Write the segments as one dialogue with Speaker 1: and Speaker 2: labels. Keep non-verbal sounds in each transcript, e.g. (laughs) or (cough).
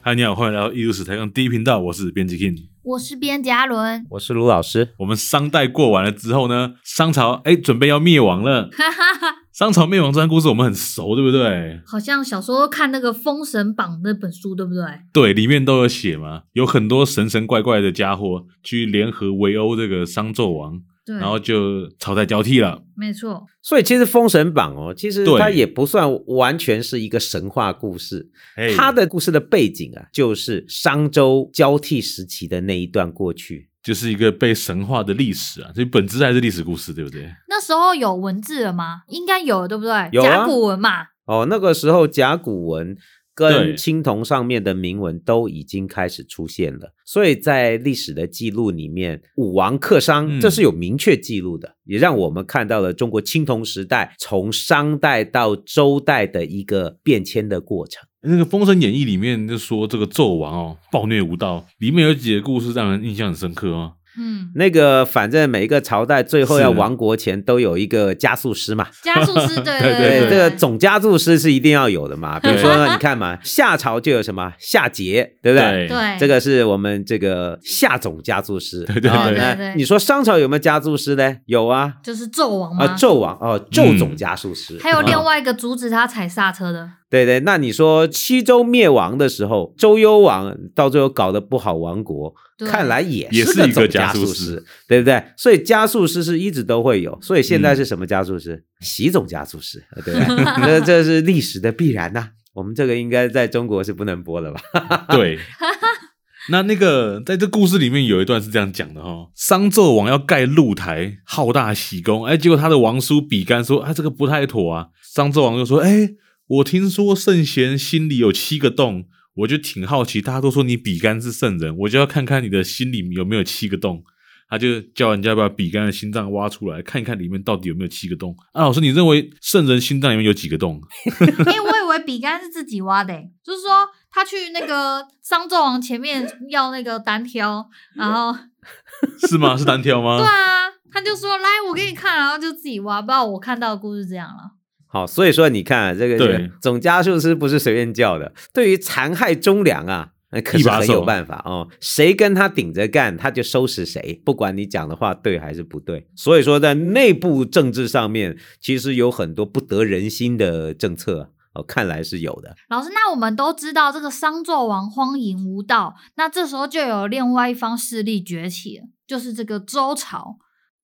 Speaker 1: 嗨，你好，欢迎来到艺术史台杠第一频道，我是编辑 King。
Speaker 2: 我是编辑阿伦，
Speaker 3: 我是卢老师，
Speaker 1: 我们商代过完了之后呢，商朝哎准备要灭亡了。
Speaker 2: 哈哈哈，
Speaker 1: 商朝灭亡这段故事我们很熟，对不对？
Speaker 2: (laughs) 好像小时候看那个《封神榜》那本书，对不对？
Speaker 1: 对，里面都有写嘛，有很多神神怪怪的家伙去联合围殴这个商纣王，
Speaker 2: 对，
Speaker 3: 嗯
Speaker 1: 然后就朝代交替了。
Speaker 2: 没错，
Speaker 3: 所以其实《封神榜》哦，其实
Speaker 1: 对
Speaker 3: 它也不算完全是一个神话故事，
Speaker 1: 哎，
Speaker 3: 它的故事的背景啊，就是商周交替时期的那一段过
Speaker 1: 哎
Speaker 3: 去。
Speaker 1: 就是一个被神化的历史啊，所以本质还是历史故事，对不对？
Speaker 2: 那时候有文字了吗？应该有，对不对？
Speaker 3: 有啊
Speaker 2: 甲骨文嘛，
Speaker 3: 哦，那个时候甲骨文
Speaker 1: 对
Speaker 3: 跟青铜上面的铭文都已经开始出现了，所以在历史的记录里面，武王克
Speaker 1: 嗯
Speaker 3: 商这是有明确记录的，也让我们看到了中国青铜时代从商代到周代的一个变迁的过程。
Speaker 1: 那个《封神演义》里面就说这个纣王哦暴虐无道，里面有几个故事让人印象很深刻哦。
Speaker 2: 嗯，
Speaker 3: 那个反正每一个朝代最后要
Speaker 1: 是
Speaker 3: 亡国前都有一个加速师嘛，
Speaker 2: 加速
Speaker 3: (laughs)
Speaker 2: 师，对对
Speaker 1: 对
Speaker 3: 这个总加速师是一定要有的嘛。比如说呢，你看嘛，夏朝就有什么夏桀，对不对？
Speaker 2: 对
Speaker 3: 这个是我们这个夏总加速师。对
Speaker 1: 对对
Speaker 2: 对
Speaker 3: 啊那你说商朝有没有加速师呢？有啊，
Speaker 2: 就是纣王嘛，
Speaker 3: 啊，纣王哦，纣总加速师。
Speaker 2: 嗯还有
Speaker 3: 啊
Speaker 2: 另外一个阻止他踩刹车的，
Speaker 3: 对对，那你说西周灭亡的时候，周幽王到最后搞得不好亡国，
Speaker 2: 对
Speaker 3: 看来也
Speaker 1: 也是
Speaker 3: 个
Speaker 1: 一个
Speaker 3: 总
Speaker 1: 加
Speaker 3: 加
Speaker 1: 速
Speaker 3: 速
Speaker 1: 师
Speaker 3: 师，对不对？所以加速师是一直都会有，所以现在是什么加速师？习总加速师，对不对？ (laughs) 这这是历史的必然呐、我们这个应该在中国是不能播的吧？
Speaker 1: (laughs) 对，那那个在这故事里面有一段是这样讲的哈、哦，商纣王要盖露台，好大喜功，哎，结果他的王叔比干说，啊，这个不太妥啊。商纣王就说，哎，我听说圣贤心里有七个洞，我就挺好奇，大家都说你比干是圣人，我就要看看你的心里有没有七个洞。他就叫人家把比干的心脏挖出来，看一看里面到底有没有七个洞。啊，老师，你认为圣人心脏里面有几个洞？
Speaker 2: 哎、我以为比干是自己挖的、欸，就是说他去那个商纣王前面要那个单挑，然后
Speaker 3: 嗯
Speaker 1: 是吗？是单挑吗？
Speaker 2: (laughs) 对啊，他就说来我给你看，然后就自己挖，不知道我看到的故事这样了，
Speaker 3: 好，所以说你看啊这个
Speaker 1: 对
Speaker 3: 这个总加速师不是随便叫的，对于残害忠良啊。那可
Speaker 1: 一
Speaker 3: 是
Speaker 1: 把
Speaker 3: 很
Speaker 1: 手
Speaker 3: 有办法哦，谁跟他顶着干，他就收拾谁，不管你讲的话对还是不对。所以说，在内部政治上面，其实有很多不得人心的政策哦，看来是有的。
Speaker 2: 老师，那我们都知道这个商纣王荒淫无道，那这时候就有另外一方势力崛起了，就是这个周朝。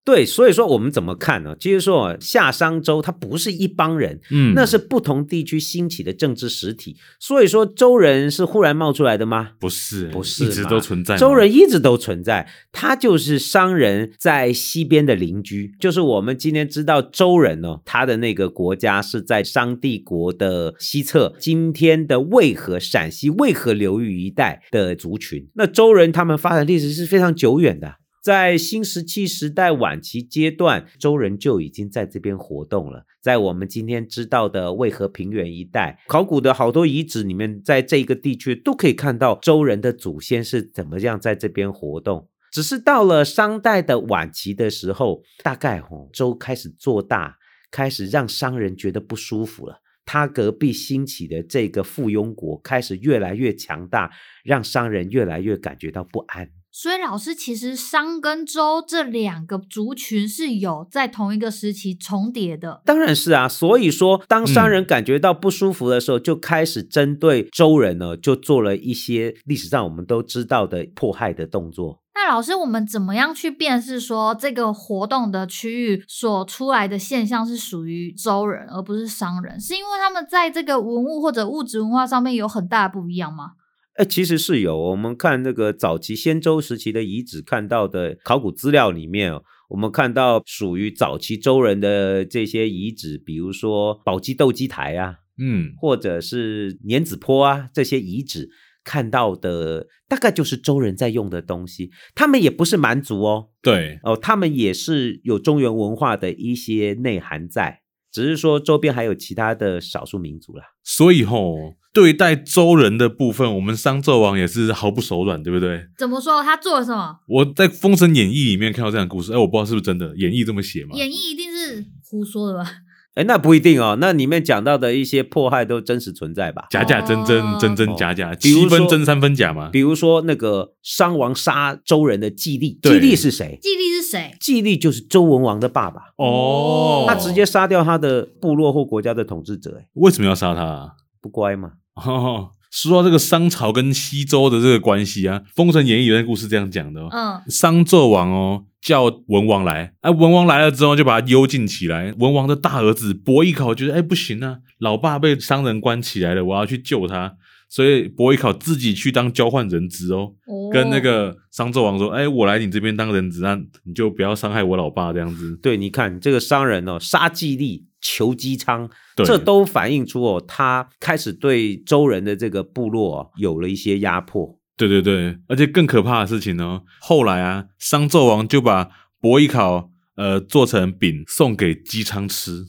Speaker 3: 对，所以说我们怎么看呢？其实说啊夏商周，它不是一帮人，
Speaker 1: 嗯，
Speaker 3: 那是不同地区兴起的政治实体。所以说，周人是忽然冒出来的吗？
Speaker 1: 不是，
Speaker 3: 不是
Speaker 1: 一直
Speaker 3: 嘛
Speaker 1: 都存在吗。
Speaker 3: 周人一直都存在，他就是商人在西边的邻居，就是我们今天知道周人哦，他的那个国家是在商帝国的西侧，今天的渭河、陕西渭河流域一带的族群。那周人他们发展历史是非常久远的。在新石器时代晚期阶段，周人就已经在这边活动了。在我们今天知道的渭河平原一带，考古的好多遗址里面，在这个地区都可以看到周人的祖先是怎么样在这边活动。只是到了商代的晚期的时候，大概哦，周开始做大，开始让商人觉得不舒服了。他隔壁兴起的这个附庸国开始越来越强大，让商人越来越感觉到不安。
Speaker 2: 所以老师，其实商跟周这两个族群是有在同一个时期重叠的。
Speaker 3: 当然是啊，所以说，当商人感觉到不舒服的时候，就开始针对周人呢，就做了一些历史上我们都知道的迫害的动作。
Speaker 2: 那老师，我们怎么样去辨识说这个活动的区域所出来的现象是属于周人，而不是商人？是因为他们在这个文物或者物质文化上面有很大的不一样吗？
Speaker 3: 哎，其实是有，我们看那个早期先周时期的遗址看到的考古资料里面哦，我们看到属于早期周人的这些遗址，比如说宝鸡斗鸡台啊，
Speaker 1: 嗯，
Speaker 3: 或者是碾子坡啊这些遗址看到的，大概就是周人在用的东西。他们也不是蛮族哦，
Speaker 1: 对，
Speaker 3: 哦，他们也是有中原文化的一些内涵在，只是说周边还有其他的少数民族啦。
Speaker 1: 所以吼，对待周人的部分，我们商纣王也是毫不手软，对不对？
Speaker 2: 怎么说？他做了什么？
Speaker 1: 我在《封神演义》里面看到这样的故事，哎，我不知道是不是真的，演义这么写嘛？
Speaker 2: 演绎一定是胡说的吧？ (laughs)
Speaker 3: 哎，那不一定哦。那里面讲到的一些迫害都真实存在吧？
Speaker 1: 假假真真，
Speaker 2: 哦
Speaker 1: 真真假假，
Speaker 3: 比如
Speaker 1: 七分
Speaker 3: 说
Speaker 1: 真三分假嘛。
Speaker 3: 比如说那个商王杀周人的季历，
Speaker 1: 对
Speaker 3: 季历是谁？
Speaker 2: 季历是谁？
Speaker 3: 季历就是周文王的爸爸，
Speaker 1: 哦，
Speaker 3: 他直接杀掉他的部落或国家的统治者，哎，
Speaker 1: 为什么要杀他、啊？ (laughs)
Speaker 3: 不乖吗？
Speaker 1: 哦，说到这个商朝跟西周的这个关系啊，《封神演义》有段故事这样讲的、哦：
Speaker 2: 嗯，
Speaker 1: 商纣王哦，叫文王来，哎、文王来了之后就把他幽禁起来。文王的大儿子伯邑考觉得，哎，不行啊，老爸被商人关起来了，我要去救他，所以伯邑考自己去当交换人质哦。
Speaker 2: 哦
Speaker 1: 跟那个商纣王说：“哎、我来你这边当人质，那你就不要伤害我老爸这样子。
Speaker 3: 对，你看这个商人哦，杀季历、求姬昌，
Speaker 1: 对
Speaker 3: 这都反映出哦，他开始对周人的这个部落、哦、有了一些压迫。”
Speaker 1: 对对对，而且更可怕的事情呢，后来啊，商纣王就把伯邑考呃做成饼送给姬昌吃，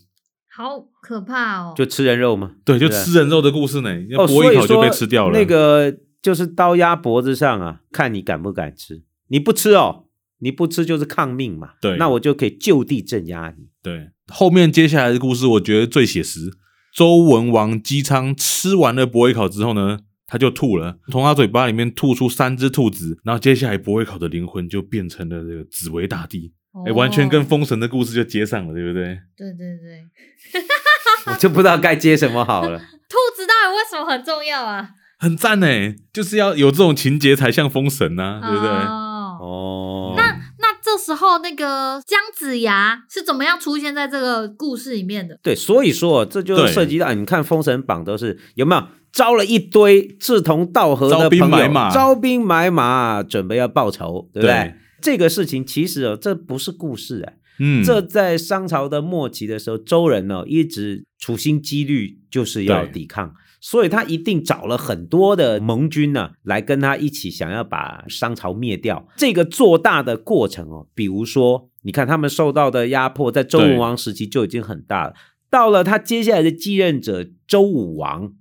Speaker 2: 好可怕哦，
Speaker 3: 就吃人肉吗？
Speaker 1: 对，就
Speaker 3: 对啊
Speaker 1: 吃人肉的故事呢。伯
Speaker 3: 哦，所
Speaker 1: 邑
Speaker 3: 以
Speaker 1: 考就
Speaker 3: 说
Speaker 1: 被吃掉了。
Speaker 3: 那个就是刀压脖子上啊，看你敢不敢吃。你不吃哦，你不吃就是抗命嘛。
Speaker 1: 对
Speaker 3: 那我就可以就地镇压你。 (laughs)
Speaker 1: 对，后面接下来的故事我觉得最写实。周文王姬昌吃完了伯邑考之后呢，他就吐了，从他嘴巴里面吐出三只兔子，然后接下来伯邑考的灵魂就变成了这个紫薇大帝，哎、完全跟
Speaker 2: 哦
Speaker 1: 封神的故事就接上了，对不对？
Speaker 2: 对对对，
Speaker 3: 我就不知道该接什么好
Speaker 1: (laughs)
Speaker 3: 了。
Speaker 2: 兔子到底为什么很重要啊？
Speaker 1: 很赞哎，就是要有这种情节才像封神呐、
Speaker 3: 啊
Speaker 1: 对不对？
Speaker 2: 哦
Speaker 3: 哦，
Speaker 1: 那
Speaker 2: 那这时候那个姜子牙是怎么样出现在这个故事里面的？
Speaker 3: 对，所以说哦这就
Speaker 1: 对
Speaker 3: 涉及到你看《封神榜》都是有没有招了一堆志同道合
Speaker 1: 招
Speaker 3: 的朋
Speaker 1: 兵
Speaker 3: 友，
Speaker 1: 买马
Speaker 3: 招兵买马，准备要报仇，对不对？
Speaker 1: 对
Speaker 3: 这个事情其实哦，这不是故事啊，
Speaker 1: 嗯，
Speaker 3: 这在商朝的末期的时候，周人呢、一直处心积虑就是要
Speaker 1: 对
Speaker 3: 抵抗，所以他一定找了很多的盟军呢、来跟他一起想要把商朝灭掉。这个做大的过程哦，比如说，你看他们受到的压迫，在周文王时期就已经很大了。到了他接下来的继任者周武王，哦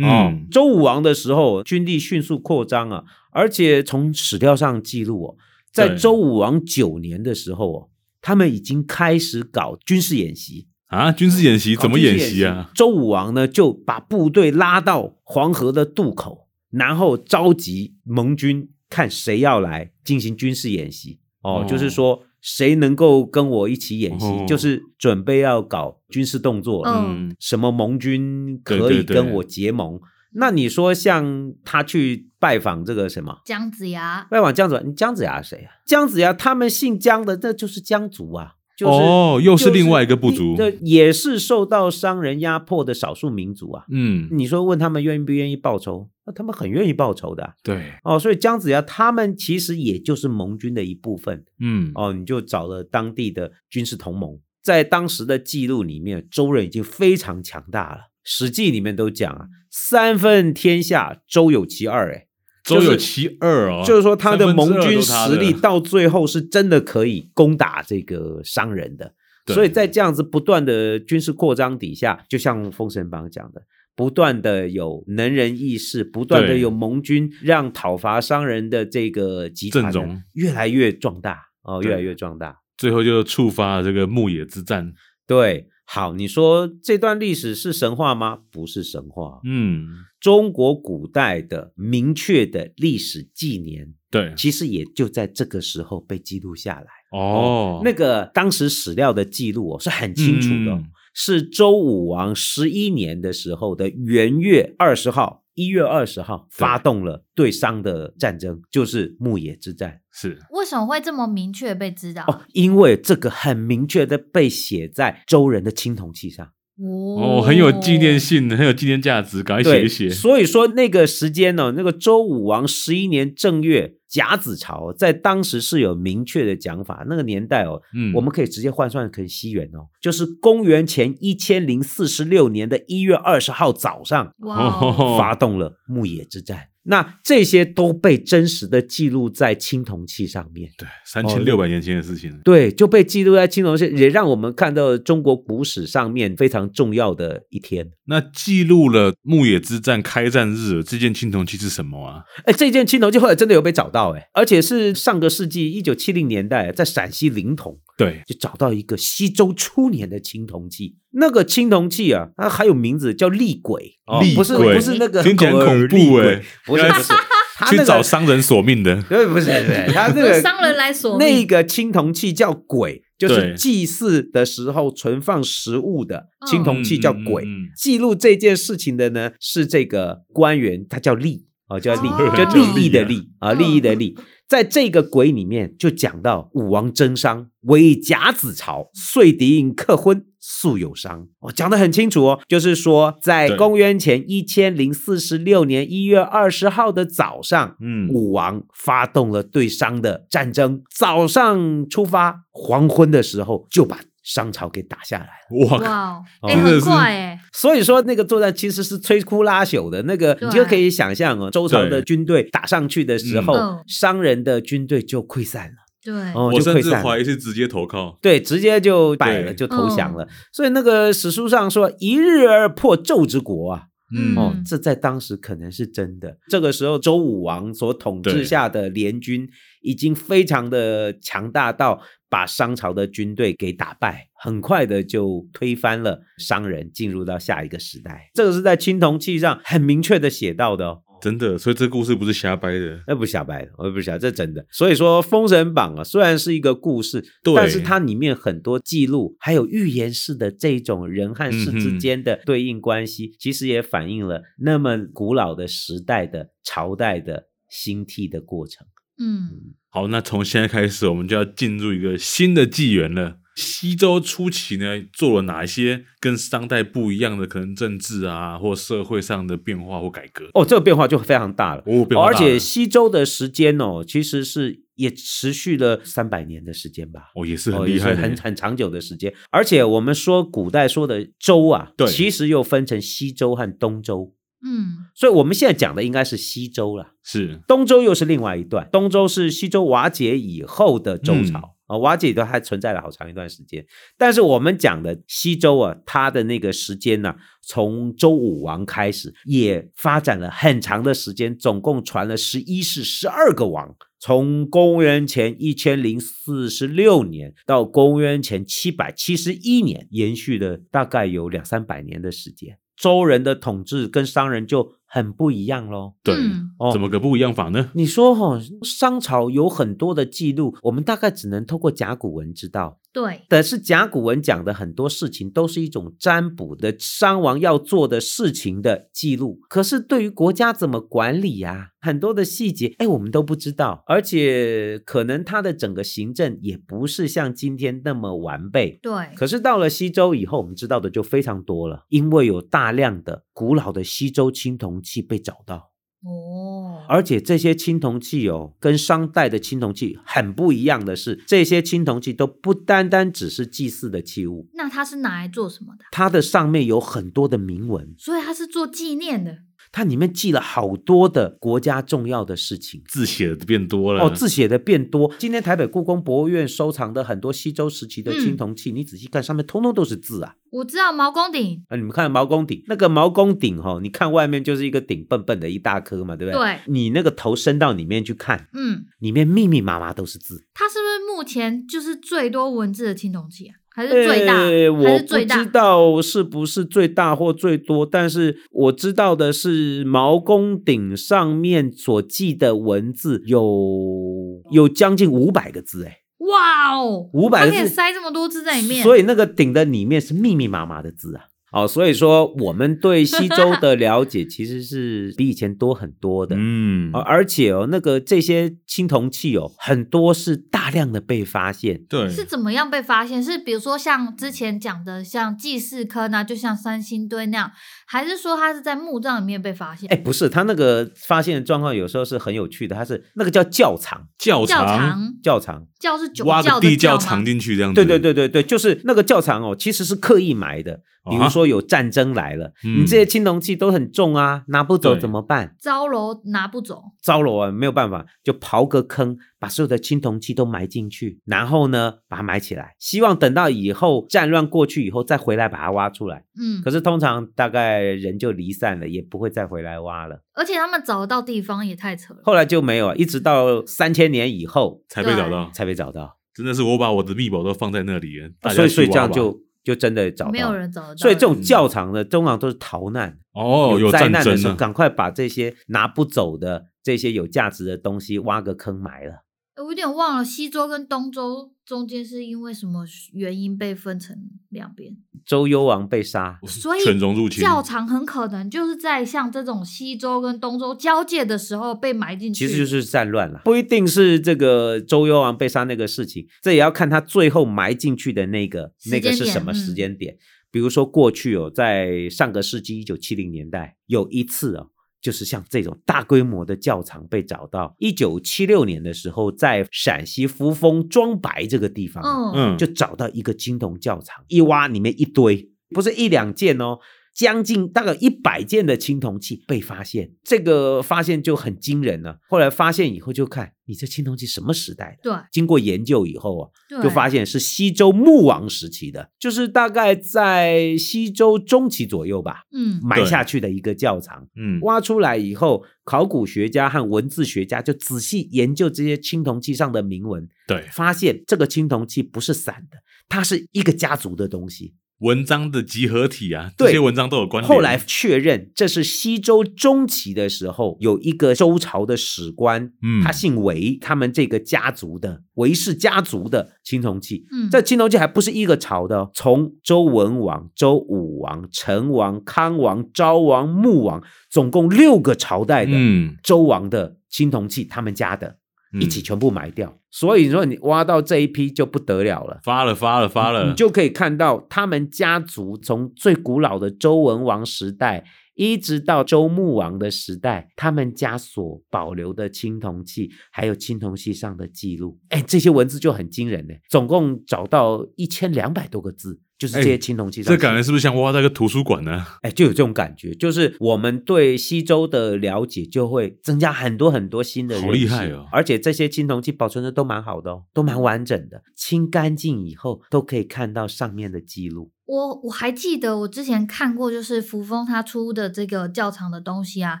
Speaker 1: 嗯，
Speaker 3: 周武王的时候，军力迅速扩张啊，而且从史料上记录哦，在
Speaker 1: 对
Speaker 3: 周武王九年的时候哦，他们已经开始搞军事演习。
Speaker 1: 啊，军事演习怎么
Speaker 3: 哦搞军事
Speaker 1: 演习啊？？
Speaker 3: 周武王呢就把部队拉到黄河的渡口，然后召集盟军，看谁要来进行军事演习。哦，
Speaker 1: 哦
Speaker 3: 就是说谁能够跟我一起演习，
Speaker 1: 哦
Speaker 3: 就是准备要搞军事动作了。
Speaker 2: 嗯
Speaker 1: 嗯，
Speaker 3: 什么盟军可
Speaker 1: 对
Speaker 3: 以
Speaker 1: 对对
Speaker 3: 跟我结盟？那你说像他去拜访这个什么？
Speaker 2: 姜子牙
Speaker 3: 拜访姜子牙，你姜子牙是谁啊？姜子牙他们姓姜的，那就是姜族啊，就是
Speaker 1: 哦又是
Speaker 3: 就
Speaker 1: 另外一个部族
Speaker 3: 对，也是受到商人压迫的少数民族啊。
Speaker 1: 嗯，
Speaker 3: 你说问他们愿不愿意报仇？那他们很愿意报仇的啊、
Speaker 1: 对，
Speaker 3: 哦。所以姜子牙他们其实也就是盟军的一部分。
Speaker 1: 嗯，
Speaker 3: 哦，你就找了当地的军事同盟。在当时的记录里面，周人已经非常强大了，《史记》里面都讲啊，三分天下，周有其二。哎，
Speaker 1: 周
Speaker 3: 就是
Speaker 1: 有其二哦，
Speaker 3: 就是说他的
Speaker 1: 三分之
Speaker 3: 盟
Speaker 1: 二
Speaker 3: 军
Speaker 1: 都他
Speaker 3: 实
Speaker 1: 的
Speaker 3: 力到最后是真的可以攻打这个商
Speaker 1: (laughs)
Speaker 3: 人的。
Speaker 1: 对
Speaker 3: 所以在这样子不断的军事扩张底下，就像《封神榜》讲的，不断的有能人异士，不断的
Speaker 1: 对
Speaker 3: 有盟军，让讨伐商人的这个集团呢
Speaker 1: 阵容
Speaker 3: 越来越壮大哦，
Speaker 1: 对
Speaker 3: 越来越壮大。
Speaker 1: 最后就触发了这个牧野之战。
Speaker 3: 对，好，你说这段历史是神话吗？不是神话，
Speaker 1: 嗯，
Speaker 3: 中国古代的明确的历史纪年，
Speaker 1: 对，
Speaker 3: 其实也就在这个时候被记录下来。
Speaker 1: 哦，
Speaker 3: 那个当时史料的记录哦是很清楚的哦，
Speaker 1: 嗯
Speaker 3: 是周武王十一年的时候的元月二十号，一月二十号发动了对商的战争，就是牧野之战。
Speaker 1: 是
Speaker 2: 为什么会这么明确被知道？
Speaker 1: 啊
Speaker 3: 哦，因为这个很明确的被写在周人的青铜器上。
Speaker 2: 哦
Speaker 1: 哦，很有纪念性，很有纪念价值，赶快写
Speaker 3: 哦对，
Speaker 1: 一写。
Speaker 3: 所以说那个时间呢、那个周武王十一年正月甲子朝，在当时是有明确的讲法。那个年代哦，
Speaker 1: 嗯，
Speaker 3: 我们可以直接换算成西元哦，就是公元前一千零四十六年的一月二十号早上
Speaker 2: 哇哦，
Speaker 1: 哦，
Speaker 3: 发动了牧野之战。那这些都被真实的记录在青铜器上面。
Speaker 1: 对三千六百年前的事情，
Speaker 3: 对，就被记录在青铜器，也让我们看到中国古史上面非常重要的一天。
Speaker 1: 那记录了牧野之战开战日这件青铜器是什么啊？
Speaker 3: 哎，这件青铜器后来真的有被找到，哎，而且是上个世纪一九七零年代，在陕西临潼
Speaker 1: 对，
Speaker 3: 就找到一个西周初年的青铜器。那个青铜器啊，它还有名字叫厉鬼，哦
Speaker 1: 厉，
Speaker 3: 不是
Speaker 1: 鬼
Speaker 3: 不是那个
Speaker 1: 听起来很
Speaker 3: 狗
Speaker 1: 恐
Speaker 3: 耳
Speaker 1: 怖
Speaker 3: 厉鬼
Speaker 1: 哎
Speaker 3: 不是不
Speaker 1: (laughs)
Speaker 3: 是，它
Speaker 1: 去
Speaker 3: 那
Speaker 1: 找
Speaker 3: 个
Speaker 1: 商人索命的，
Speaker 3: (laughs) 对，不是不是，它那
Speaker 2: 由
Speaker 3: 个
Speaker 2: 商人来索
Speaker 3: 那
Speaker 2: 命。
Speaker 3: 个青铜器叫簋，就
Speaker 1: 对
Speaker 3: 是祭祀的时候存放食物的
Speaker 2: 嗯
Speaker 3: 青铜器叫簋。
Speaker 1: 嗯嗯嗯
Speaker 3: 记录这件事情的呢是这个官员，他叫利哦，叫利，
Speaker 2: 哦
Speaker 3: 就利益的
Speaker 1: 叫利
Speaker 3: 利啊，
Speaker 2: 嗯
Speaker 3: 利益的利。在这个鬼里面，就讲到武王征商，为甲子朝，遂敌应克昏，素有伤。哦，讲得很清楚哦，就是说，在
Speaker 1: 对
Speaker 3: 公元前一千零四十六年一月二十号的早上，
Speaker 1: 嗯
Speaker 3: 武王发动了对商的战争。早上出发，黄昏的时候就把商朝给打下来了。
Speaker 1: 哇靠，
Speaker 2: 哇哦，哎、
Speaker 1: 真的
Speaker 2: 很
Speaker 1: 是
Speaker 2: 快哎、
Speaker 3: 所以说，那个作战其实是摧枯拉朽的。那个
Speaker 2: 对
Speaker 3: 你就可以想象哦，周朝的军队打上去的时候，
Speaker 2: 嗯
Speaker 3: 商人的军队就溃散了，
Speaker 2: 对，
Speaker 3: 哦，
Speaker 1: 我
Speaker 3: 就
Speaker 1: 甚
Speaker 3: 溃
Speaker 1: 至
Speaker 3: 散
Speaker 1: 怀
Speaker 3: 了。
Speaker 1: 疑是直接投靠。
Speaker 3: 对，直接就败了，
Speaker 1: 对
Speaker 3: 就投降
Speaker 2: 嗯
Speaker 3: 了。所以那个史书上说“一日而破纣之国”啊，
Speaker 2: 嗯
Speaker 3: 哦，这在当时可能是真的。这个时候，周武王所统
Speaker 1: 对
Speaker 3: 治下的联军已经非常的强大到把商朝的军队给打败，很快的就推翻了商人，进入到下一个时代。这个是在青铜器上很明确的写到的哦。
Speaker 1: 真的，所以这故事不是瞎掰的。
Speaker 3: 那不瞎掰的，我不瞎，这真的。所以说，《封神榜》啊，虽然是一个故事，
Speaker 1: 对
Speaker 3: 但是它里面很多记录，还有预言式的这种人和事
Speaker 1: 嗯
Speaker 3: 之间的对应关系，其实也反映了那么古老的时代的朝代的兴替的过程。
Speaker 2: 嗯，
Speaker 1: 好，那从现在开始，我们就要进入一个新的纪元了。西周初期呢，做了哪些跟商代不一样的可能政治啊，或社会上的变化或改革？
Speaker 3: 哦，这个变化就非常大了。
Speaker 1: 哦，变化
Speaker 3: 而
Speaker 1: 大了
Speaker 3: 且西周的时间哦，其实是也持续了三百年的时间吧。
Speaker 1: 哦也是
Speaker 3: 哦
Speaker 1: 很
Speaker 3: 也
Speaker 1: 厉
Speaker 3: 是
Speaker 1: 害的，
Speaker 3: 很很长久的时间。而且我们说古代说的周啊，
Speaker 1: 对
Speaker 3: 其实又分成西周和东周。
Speaker 2: 嗯，
Speaker 3: 所以我们现在讲的应该是西周啦，
Speaker 1: 是
Speaker 3: 东周又是另外一段。东周是西周瓦解以后的周朝啊、瓦解都还存在了好长一段时间。但是我们讲的西周啊，它的那个时间呢、从周武王开始，也发展了很长的时间，总共传了十一世十二个王。从公元前一千零四十六年到公元前七百七十一年，延续了大概有两三百年的时间。周人的统治跟商人就很不一样喽。
Speaker 1: 对、
Speaker 2: 嗯
Speaker 3: 哦
Speaker 1: 怎么个不一样法呢？
Speaker 3: 你说哈、商朝有很多的记录，我们大概只能透过甲骨文知道。
Speaker 2: 对，
Speaker 3: 但是甲骨文讲的很多事情都是一种占卜的商王要做的事情的记录，可是对于国家怎么管理呀、很多的细节，哎，我们都不知道，而且可能它的整个行政也不是像今天那么完备。
Speaker 2: 对，
Speaker 3: 可是到了西周以后，我们知道的就非常多了，因为有大量的古老的西周青铜器被找到。
Speaker 2: 哦，
Speaker 3: 而且这些青铜器哦，跟商代的青铜器很不一样的是，这些青铜器都不单单只是祭祀的器物，
Speaker 2: 那它是拿来做什么的？啊
Speaker 3: 它的上面有很多的铭文，
Speaker 2: 所以它是做纪念的，
Speaker 3: 它里面记了好多的国家重要的事情。
Speaker 1: 字写的变多了
Speaker 3: 哦，字写的变多。今天台北故宫博物院收藏的很多西周时期的青铜器，你仔细看，上面通通都是字啊。
Speaker 2: 我知道毛公鼎，
Speaker 3: 啊，你们看毛公鼎，那个毛公鼎哈、哦，你看外面就是一个顶笨笨的一大颗嘛，对不对？
Speaker 2: 对
Speaker 3: 你那个头伸到里面去看，
Speaker 2: 嗯，
Speaker 3: 里面密密麻麻都是字。
Speaker 2: 它是不是目前就是最多文字的青铜器啊？还是最大？还
Speaker 3: 呃我
Speaker 2: 是
Speaker 3: 不
Speaker 2: 最大
Speaker 3: 知？道是不是最大或最多，但是我知道的是，毛公鼎上面所记的文字有有将近五百个字，哎，
Speaker 2: 哇哦，
Speaker 3: 500
Speaker 2: 它
Speaker 3: 个
Speaker 2: 可以
Speaker 3: 字
Speaker 2: 塞这么多字在里面，
Speaker 3: 所
Speaker 2: 以
Speaker 3: 以那个鼎的里面是密密麻麻的字啊。哦，所以说我们对西周的了解其实是比以前多很多的。
Speaker 1: 嗯
Speaker 3: 而而且哦，那个这些青铜器哦，很多是大量的被发现，
Speaker 1: 对
Speaker 2: 是怎么样被发现？是比如说像之前讲的，像祭祀坑啊，就像三星堆那样，还是说它是在墓葬里面被发现？
Speaker 3: 哎，不是，他那个发现的状况有时候是很有趣的，它是那个叫窖藏，
Speaker 1: 教
Speaker 2: 教
Speaker 1: 堂
Speaker 2: 堂
Speaker 3: 窖藏，
Speaker 2: 教是酒
Speaker 1: 挖
Speaker 2: 窖
Speaker 1: 个
Speaker 2: 的
Speaker 1: 地窖
Speaker 2: 窖吗
Speaker 1: 藏？进去这样子，
Speaker 3: 对对对对对，就是那个窖藏哦，其实是刻意埋的，
Speaker 1: 啊
Speaker 3: 比如说有战争来了，
Speaker 1: 嗯
Speaker 3: 你这些青铜器都很重啊，拿不走
Speaker 1: 对
Speaker 3: 怎么办？
Speaker 2: 招楼拿不走，
Speaker 3: 糟了啊，没有办法，就刨个坑，把所有的青铜器都埋进去，然后呢，把它埋起来，希望等到以后战乱过去以后再回来把它挖出来。
Speaker 2: 嗯，
Speaker 3: 可是通常大概人就离散了，也不会再回来挖了。
Speaker 2: 而且他们找得到地方也太扯了。
Speaker 3: 后来就没有啊，一直到三千年以后
Speaker 1: 才被找到，
Speaker 3: 才被找到，
Speaker 1: 真的是我把我的密宝都放在那里了，大家
Speaker 3: 所以
Speaker 1: 去
Speaker 3: 所以这
Speaker 1: 挖
Speaker 3: 样
Speaker 1: 吧
Speaker 3: 就就真的找到，
Speaker 2: 没有。人找得到人，
Speaker 3: 所以这种窖藏的通常都是逃难，
Speaker 1: 哦有
Speaker 3: 灾
Speaker 1: 战
Speaker 3: 难的
Speaker 1: 争
Speaker 3: 时候，
Speaker 1: 呢，
Speaker 3: 赶快把这些拿不走的这些有价值的东西挖个坑埋了。
Speaker 2: 我有点忘了西周跟东周中间是因为什么原因被分成两边，
Speaker 3: 周幽王被杀，
Speaker 2: 所以
Speaker 1: 犬戎入侵，
Speaker 2: 窖藏很可能就是在像这种西周跟东周交界的时候被埋进去，
Speaker 3: 其实就是战乱了，不一定是这个周幽王被杀那个事情，这也要看他最后埋进去的那个
Speaker 2: 时
Speaker 3: 那
Speaker 2: 间
Speaker 3: 个
Speaker 2: 点
Speaker 3: 是什么
Speaker 2: 嗯
Speaker 3: 时间点。比如说过去哦，在上个世纪一九七零年代，有一次哦，就是像这种大规模的窖藏被找到。一九七六年的时候，在陕西扶风庄白这个地方，啊
Speaker 2: 嗯
Speaker 1: 嗯，
Speaker 3: 就找到一个青铜窖藏，一挖里面一堆，不是一两件哦，将近大概一百件的青铜器被发现，这个发现就很惊人了、后来发现以后就看你这青铜器什么时代的，
Speaker 2: 对
Speaker 3: 经过研究以后啊，
Speaker 2: 对，
Speaker 3: 就发现是西周穆王时期的，就是大概在西周中期左右吧。
Speaker 2: 嗯
Speaker 3: 埋下去的一个窖藏，
Speaker 1: 嗯，
Speaker 3: 挖出来以后，考古学家和文字学家就仔细研究这些青铜器上的铭文，
Speaker 1: 对，
Speaker 3: 发现这个青铜器不是散的，它是一个家族的东西。
Speaker 1: 文章的集合体啊，
Speaker 3: 对
Speaker 1: 这些文章都有关联。
Speaker 3: 后来确认，这是西周中期的时候，有一个周朝的史官，
Speaker 1: 嗯
Speaker 3: 他姓韦，他们这个家族的韦氏家族的青铜器。
Speaker 2: 嗯
Speaker 3: 这青铜器还不是一个朝的哦，从周文王、周武王、成王、康王、昭王、穆王，总共六个朝代的
Speaker 1: 嗯，
Speaker 3: 周王的青铜器，他们家的
Speaker 1: 嗯
Speaker 3: 一起全部埋掉。所以说，你挖到这一批就不得了了。
Speaker 1: 发了发了发了，
Speaker 3: 你就可以看到他们家族从最古老的周文王时代，一直到周穆王的时代，他们家所保留的青铜器，还有青铜器上的记录，哎，这些文字就很惊人呢。总共找到一千两百多个字，就是这些
Speaker 1: 哎
Speaker 3: 青铜器上
Speaker 1: 这
Speaker 3: 的记录。
Speaker 1: 感觉是不是像挖到一个图书馆呢？
Speaker 3: 哎，就有这种感觉，就是我们对西周的了解就会增加很多很多新的认识，
Speaker 1: 好厉害哦
Speaker 3: 而且这些青铜器保存的都蛮好的哦，都蛮完整的，清干净以后都可以看到上面的记录。
Speaker 2: 我我还记得我之前看过，就是扶风他出的这个窖藏的东西啊，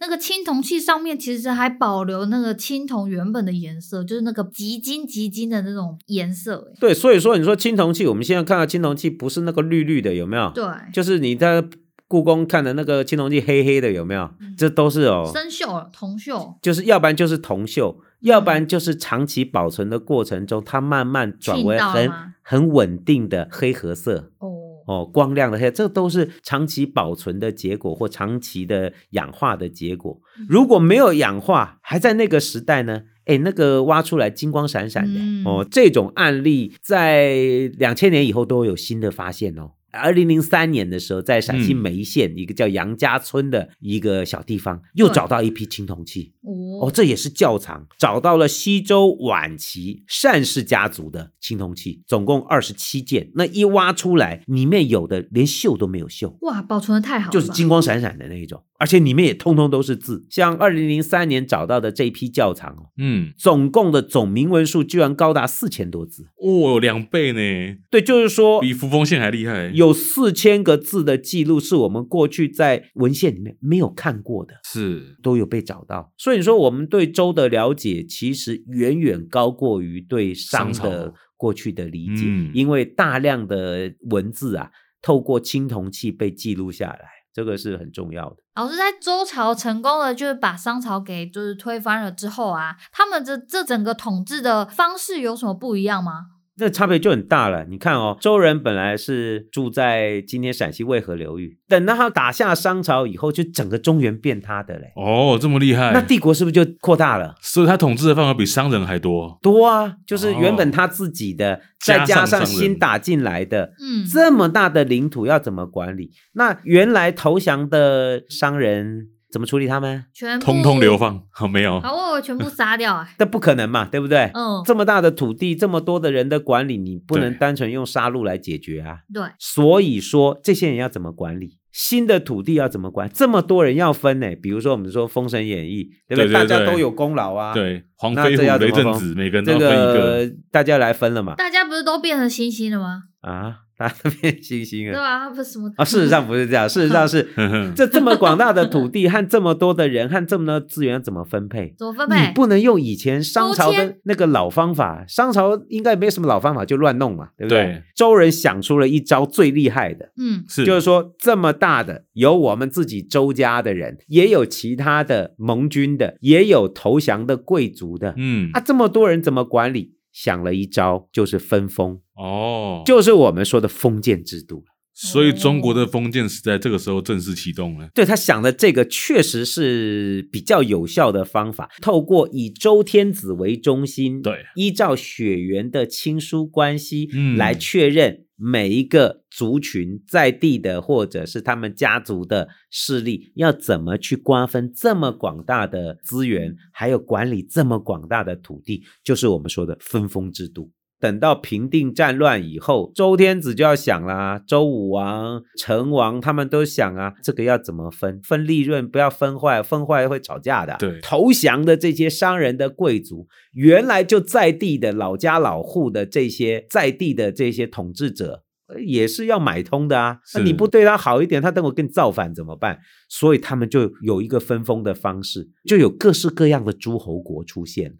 Speaker 2: 那个青铜器上面其实还保留那个青铜原本的颜色，就是那个极金极金的那种颜色、欸。
Speaker 3: 对，所以说你说青铜器，我们现在看到青铜器不是那个绿绿的，有没有？，
Speaker 2: 对，
Speaker 3: 就是你在故宫看的那个青铜器黑黑的，有没有
Speaker 2: 嗯？
Speaker 3: 这都是哦，
Speaker 2: 生锈、铜锈，
Speaker 3: 就是要不然就是铜锈，要不然就是长期保存的过程中，它慢慢转
Speaker 2: 嗯
Speaker 3: 为
Speaker 2: 浸到了
Speaker 3: 很
Speaker 2: 吗
Speaker 3: 很稳定的黑褐色。
Speaker 2: 哦，
Speaker 3: 哦，光亮的黑，这都是长期保存的结果或长期的氧化的结果
Speaker 2: 嗯。
Speaker 3: 如果没有氧化，还在那个时代呢，哎，那个挖出来金光闪闪的、
Speaker 2: 嗯
Speaker 3: 哦。这种案例在两千年以后都有新的发现哦。二零零三年的时候，在陕西
Speaker 1: 嗯
Speaker 3: 眉县、一个叫杨家村的一个小地方，又
Speaker 2: 对
Speaker 3: 找到一批青铜器。
Speaker 2: 哦
Speaker 3: 哦，这也是窖藏，找到了西周晚期单氏家族的青铜器，总共二十七件。那一挖出来，里面有的连锈都没有锈，
Speaker 2: 哇，保存的太好了吧，
Speaker 3: 就是金光闪闪的那一种，而且里面也通通都是字。像二零零三年找到的这一批窖藏哦，
Speaker 1: 嗯，
Speaker 3: 总共的总铭文数居然高达四千多字。
Speaker 1: 哦，两倍呢，
Speaker 3: 对，就是说
Speaker 1: 比扶风县还厉害。
Speaker 3: 哦有四千个字的记录是我们过去在文献里面没有看过的。
Speaker 1: 是
Speaker 3: 都有被找到。所以说，我们对周的了解其实远远高过于对
Speaker 1: 商
Speaker 3: 商
Speaker 1: 朝啊
Speaker 3: 的过去的理解，
Speaker 1: 嗯
Speaker 3: 因为大量的文字啊，透过青铜器被记录下来，这个是很重要的。
Speaker 2: 老师在周朝成功的，就是把商朝给就是推翻了之后啊，他们这这整个统治的方式有什么不一样吗？
Speaker 3: 那差别就很大了。你看哦，周人本来是住在今天陕西渭河流域，等到他打下商朝以后，就整个中原变他的嘞。
Speaker 1: 哦，这么厉害，
Speaker 3: 那帝国是不是就扩大了？
Speaker 1: 所以他统治的范围比商人还多。
Speaker 3: 多啊，就是原本
Speaker 1: 哦
Speaker 3: 他自己的，
Speaker 1: 加
Speaker 3: 再加
Speaker 1: 上
Speaker 3: 上
Speaker 1: 商人
Speaker 3: 新打进来的，
Speaker 2: 嗯，
Speaker 3: 这么大的领土要怎么管理？那原来投降的商人、怎么处理他们？
Speaker 2: 全部
Speaker 1: 通通流。放，好没有？
Speaker 2: 好，我以为全部杀掉 (laughs) 哎、
Speaker 3: 这不可能嘛，对不对？
Speaker 2: 嗯，
Speaker 3: 这么大的土地，这么多的人的管理，你不能
Speaker 1: 对
Speaker 3: 单纯用杀戮来解决啊。
Speaker 2: 对，
Speaker 3: 所以说，这些人要怎么管理？新的土地要怎么管？这么多人要分呢？比如说，我们说《封神演义》，对不
Speaker 1: 对对
Speaker 3: 大家
Speaker 1: 对
Speaker 3: 都有功劳啊。，
Speaker 1: 对，黄
Speaker 3: 那
Speaker 1: 飞
Speaker 3: 这要
Speaker 1: 虎、
Speaker 3: 怎
Speaker 1: 雷
Speaker 3: 么
Speaker 1: 震
Speaker 3: 分
Speaker 1: 子，每个人都
Speaker 3: 这
Speaker 1: 要分一个。
Speaker 3: 个大家来分了嘛。
Speaker 2: 大家不是都变成星星了吗？
Speaker 3: 啊， (laughs) 大家变星星
Speaker 2: 对
Speaker 3: 了
Speaker 2: 吧？他不是什
Speaker 3: (laughs)
Speaker 2: 么
Speaker 3: 啊？事实上不是这样，事实上是
Speaker 1: 哼嗯
Speaker 2: 嗯
Speaker 1: 哼
Speaker 3: 这这么广大的土地和这么多的人和这么多资源要怎么分配？
Speaker 2: 怎么分
Speaker 3: 你
Speaker 2: 配？
Speaker 3: 不能用以前商朝
Speaker 2: 抽
Speaker 3: 的
Speaker 2: 签
Speaker 3: 那个老方法，商朝应该没什么老方法，就乱弄嘛，对不
Speaker 1: 对
Speaker 3: 周人想出了一招最厉害的，
Speaker 2: 嗯，
Speaker 1: 是
Speaker 3: 就是说这么大的，有我们自己周家的人，也有其他的盟军的，也有投降的贵族的，
Speaker 1: 嗯
Speaker 3: 啊，这么多人怎么管理？想了一招，就是分封，
Speaker 1: 哦，
Speaker 3: 就是哦我们说的封建制度。
Speaker 1: 所以中国的封建时代这个时候正式启动了。
Speaker 3: 对他想的这个确实是比较有效的方法，透过以周天子为中心，
Speaker 1: 对，
Speaker 3: 依照血缘的亲疏关系，
Speaker 1: 嗯
Speaker 3: 来确认每一个族群在地的或者是他们家族的势力要怎么去瓜分这么广大的资源，还有管理这么广大的土地，就是我们说的分封制度。等到平定战乱以后，周天子就要想啦，周武王、成王他们都想啊，这个要怎么分？分利润，不要分坏，分坏会吵架的。啊
Speaker 1: 对
Speaker 3: 投降的这些商人的贵族，原来就在地的老家老户的这些在地的这些统治者。呃也是要买通的啊！那
Speaker 1: 是
Speaker 3: 你不对他好一点，他等我跟你造反怎么办？所以他们就有一个分封的方式，就有各式各样的诸侯国出现。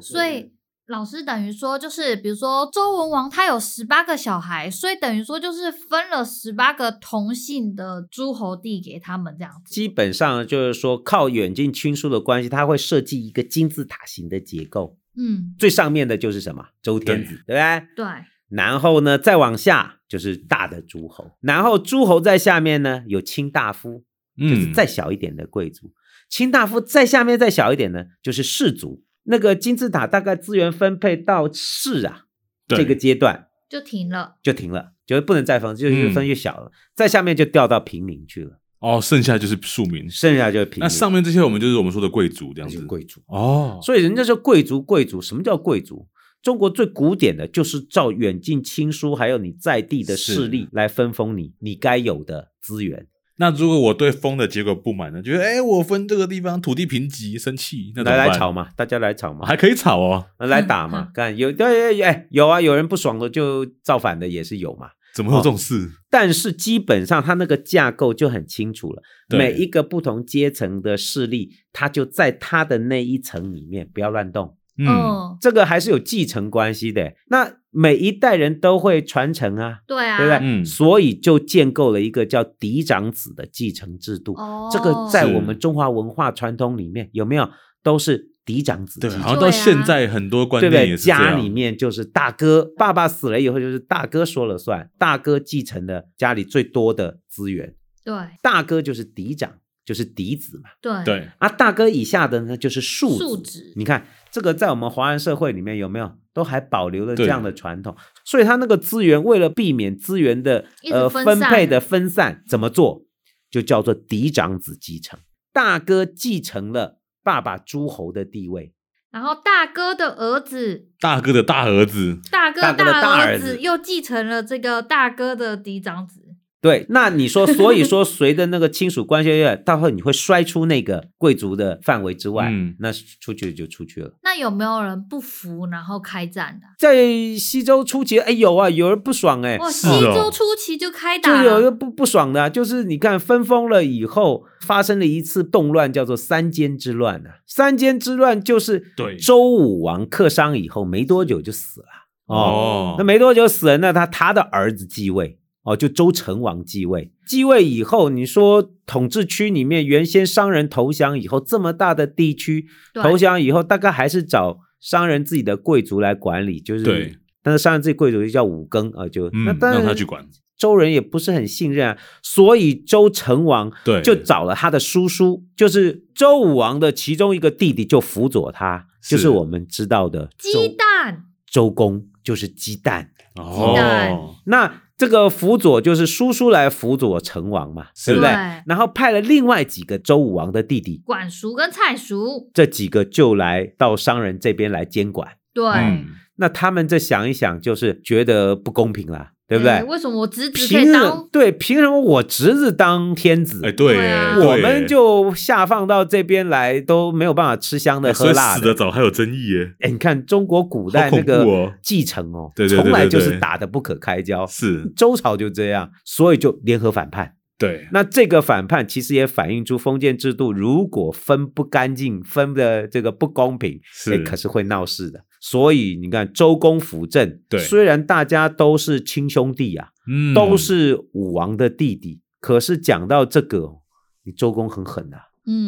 Speaker 2: 所以老师等于说，就是比如说周文王他有十八个小孩，所以等于说就是分了十八个同姓的诸侯地给他们这样子。
Speaker 3: 基本上就是说，靠远近亲疏的关系，它会设计一个金字塔型的结构。
Speaker 2: 嗯，
Speaker 3: 最上面的就是什么？周天子，对不对？
Speaker 2: 对，
Speaker 3: 然后呢，再往下就是大的诸侯，然后诸侯在下面呢有卿大夫，就是
Speaker 1: 嗯，
Speaker 3: 再小一点的贵族；卿大夫再下面再小一点呢就是士族。那个金字塔大概资源分配到士啊
Speaker 1: 对
Speaker 3: 这个阶段
Speaker 2: 就停了。
Speaker 3: 就停了，就是不能再分，就是
Speaker 1: 嗯
Speaker 3: 越分越小了。再下面就掉到平民去了，
Speaker 1: 哦，剩下就是庶民。
Speaker 3: 剩下就是平民。
Speaker 1: 那上面这些我们就是我们说的贵族这样
Speaker 3: 就
Speaker 1: 子
Speaker 3: 是。贵族。
Speaker 1: 哦，
Speaker 3: 所以人家说贵族，贵族，什么叫贵族？中国最古典的就是照远近亲疏，还有你在地的势力
Speaker 1: 是
Speaker 3: 来分封你，你该有的资源，
Speaker 1: 那如果我对封的结果不满呢？觉得哎，诶我分这个地方土地贫瘠，生气，那怎
Speaker 3: 来
Speaker 1: 么办
Speaker 3: 来吵嘛，大家来吵嘛，
Speaker 1: 还可以吵哦？
Speaker 3: 来打
Speaker 1: (laughs)
Speaker 3: 嘛，看有对对哎有啊，有人不爽的就造反的也是有嘛，
Speaker 1: 怎么会有这
Speaker 3: 哦
Speaker 1: 种事？
Speaker 3: 但是基本上它那个架构就很清楚了，
Speaker 1: 对
Speaker 3: 每一个不同阶层的势力，它就在它的那一层里面，不要乱动。
Speaker 1: 嗯，
Speaker 2: 嗯，
Speaker 3: 这个还是有继承关系的，那每一代人都会传承啊，
Speaker 2: 对啊，
Speaker 3: 对不对？
Speaker 1: 嗯
Speaker 3: 所以就建构了一个叫嫡长子的继承制度。
Speaker 2: 哦，
Speaker 3: 这个在
Speaker 1: 是
Speaker 3: 我们中华文化传统里面有没有？都是嫡长子继
Speaker 1: 对，啊
Speaker 3: 承。
Speaker 1: 好像到现在很多观
Speaker 3: 对不
Speaker 1: 念
Speaker 3: 对？
Speaker 1: 也是这样。
Speaker 3: 家里面就是大哥，爸爸死了以后就是大哥说了算，大哥继承了家里最多的资源，
Speaker 2: 对
Speaker 3: 大哥就是嫡长，就是嫡子嘛。
Speaker 2: 对
Speaker 1: 对，
Speaker 3: 啊，大哥以下的呢就是庶
Speaker 2: 庶
Speaker 3: 子
Speaker 2: 子
Speaker 3: 你看这个在我们华人社会里面有没有都还保留了这
Speaker 1: 对
Speaker 3: 样的传统？所以他那个资源为了避免资源的
Speaker 2: 一直
Speaker 3: 呃
Speaker 2: 分
Speaker 3: 分
Speaker 2: 散
Speaker 3: 配的分散，怎么做？就叫做嫡长子继承，大哥继承了爸爸诸侯的地位，
Speaker 2: 然后大哥的儿子，
Speaker 1: 大哥的大儿子，
Speaker 2: 大哥
Speaker 3: 大哥的大
Speaker 2: 儿
Speaker 3: 儿
Speaker 2: 子
Speaker 3: 子
Speaker 2: 又继承了这个大哥的嫡长子。
Speaker 3: 对，那你说，所
Speaker 2: (laughs)
Speaker 3: 以说，随着那个亲属关系越来，到时候你会摔出那个贵族的范围之外，
Speaker 1: 嗯
Speaker 3: 那出去就出去了。
Speaker 2: 那有没有人不服然后开战的、
Speaker 3: 在西周初期，哎，有啊，有人不爽哎、
Speaker 2: 哇，
Speaker 1: 是
Speaker 2: 西
Speaker 1: 哦
Speaker 2: 周初期就开
Speaker 3: 就
Speaker 2: 打了，
Speaker 3: 有一个不不爽的啊、就是你看分封了以后，发生了一次动乱，叫做三监之乱啊。三监之乱就是
Speaker 1: 对
Speaker 3: 周武王克商以后没多久就死了哦，
Speaker 1: 哦，
Speaker 3: 那没多久死了，那他他的儿子继位哦，就周成王继位。继位以后，你说统治区里面原先商人投降以后，这么大的地区
Speaker 2: 对
Speaker 3: 投降以后，大概还是找商人自己的贵族来管理，就是
Speaker 1: 对。
Speaker 3: 但是商人自己贵族就叫武庚啊，就、
Speaker 1: 嗯
Speaker 3: 那当然
Speaker 1: 让他去管。
Speaker 3: 周人也不是很信任啊，所以周成王
Speaker 1: 对，
Speaker 3: 就找了他的叔叔，就是周武王的其中一个弟弟，就辅佐他，
Speaker 1: 是
Speaker 3: 就是我们知道的周
Speaker 2: 鸡蛋
Speaker 3: 周公。就是鸡蛋。
Speaker 1: 哦
Speaker 2: 蛋，
Speaker 3: 那这个辅佐就是叔叔来辅佐成王嘛，对不对？
Speaker 2: 对
Speaker 3: 然后派了另外几个周武王的弟弟，
Speaker 2: 管叔跟蔡叔，
Speaker 3: 这几个就来到商人这边来监管。
Speaker 2: 对，
Speaker 1: 嗯，
Speaker 3: 那他们这想一想，就是觉得不公平啦，对不
Speaker 2: 哎
Speaker 3: 对？
Speaker 2: 为什么我侄子可
Speaker 3: 凭
Speaker 2: 以
Speaker 3: 什么
Speaker 2: 当？
Speaker 3: 对？凭什么我侄子当天子？
Speaker 1: 哎，对
Speaker 2: 对啊
Speaker 1: 耶，
Speaker 3: 我
Speaker 1: 对
Speaker 3: 们就下放到这边来，都没有办法吃香的
Speaker 1: 哎所
Speaker 3: 喝
Speaker 1: 以
Speaker 3: 辣
Speaker 1: 死
Speaker 3: 的
Speaker 1: 得。早还有争议耶，
Speaker 3: 哎，你看中国古代
Speaker 1: 好
Speaker 3: 那
Speaker 1: 恐怖
Speaker 3: 个
Speaker 1: 哦
Speaker 3: 继承哦，
Speaker 1: 对对对
Speaker 3: 从来
Speaker 1: 对
Speaker 3: 就是
Speaker 1: 对
Speaker 3: 打得不可开交。
Speaker 1: 是，
Speaker 3: 周朝就这样，所以就联合反叛。
Speaker 1: 对，
Speaker 3: 那这个反叛其实也反映出封建制度如果分不干净、分的这个不公平，
Speaker 1: 是
Speaker 3: (laughs) 哎可是会闹事的。所以你看，周公辅政，
Speaker 1: 对
Speaker 3: 虽然大家都是亲兄弟啊，
Speaker 1: 嗯，
Speaker 3: 都是武王的弟弟，可是讲到这个，哦你周公很狠啊，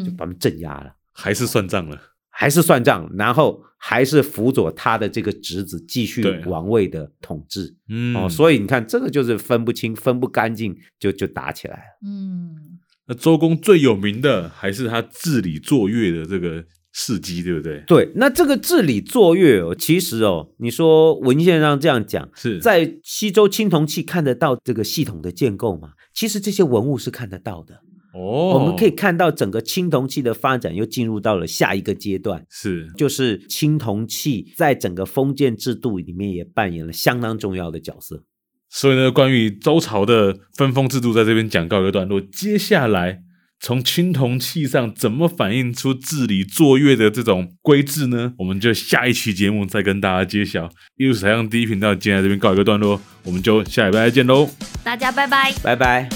Speaker 3: 就
Speaker 2: 嗯，
Speaker 3: 把他们镇压了，
Speaker 1: 还是算账了，
Speaker 3: 还是算账，然后还是辅佐他的这个侄子继续
Speaker 1: 对啊
Speaker 3: 王位的统治。
Speaker 1: 嗯，
Speaker 3: 哦，所以你看，这个就是分不清、分不干净，就就打起来了。
Speaker 2: 嗯，
Speaker 1: 那周公最有名的还是他治理坐月的这个事迹，对不对？
Speaker 3: 对，那这个治理坐月哦，其实哦，你说文献上这样讲，
Speaker 1: 是
Speaker 3: 在西周青铜器看得到这个系统的建构嘛？其实这些文物是看得到的，
Speaker 1: 哦，
Speaker 3: 我们可以看到整个青铜器的发展又进入到了下一个阶段。
Speaker 1: 是
Speaker 3: 就是青铜器在整个封建制度里面也扮演了相当重要的角色。
Speaker 1: 所以呢，关于周朝的分封制度，在这边讲告一个段落。接下来，从青铜器上怎么反映出治理坐月的这种规制呢？我们就下一期节目再跟大家揭晓。艺术采样第一频道今天在这边告一个段落，我们就下礼拜再见喽。
Speaker 2: 大家拜拜。
Speaker 3: 拜拜。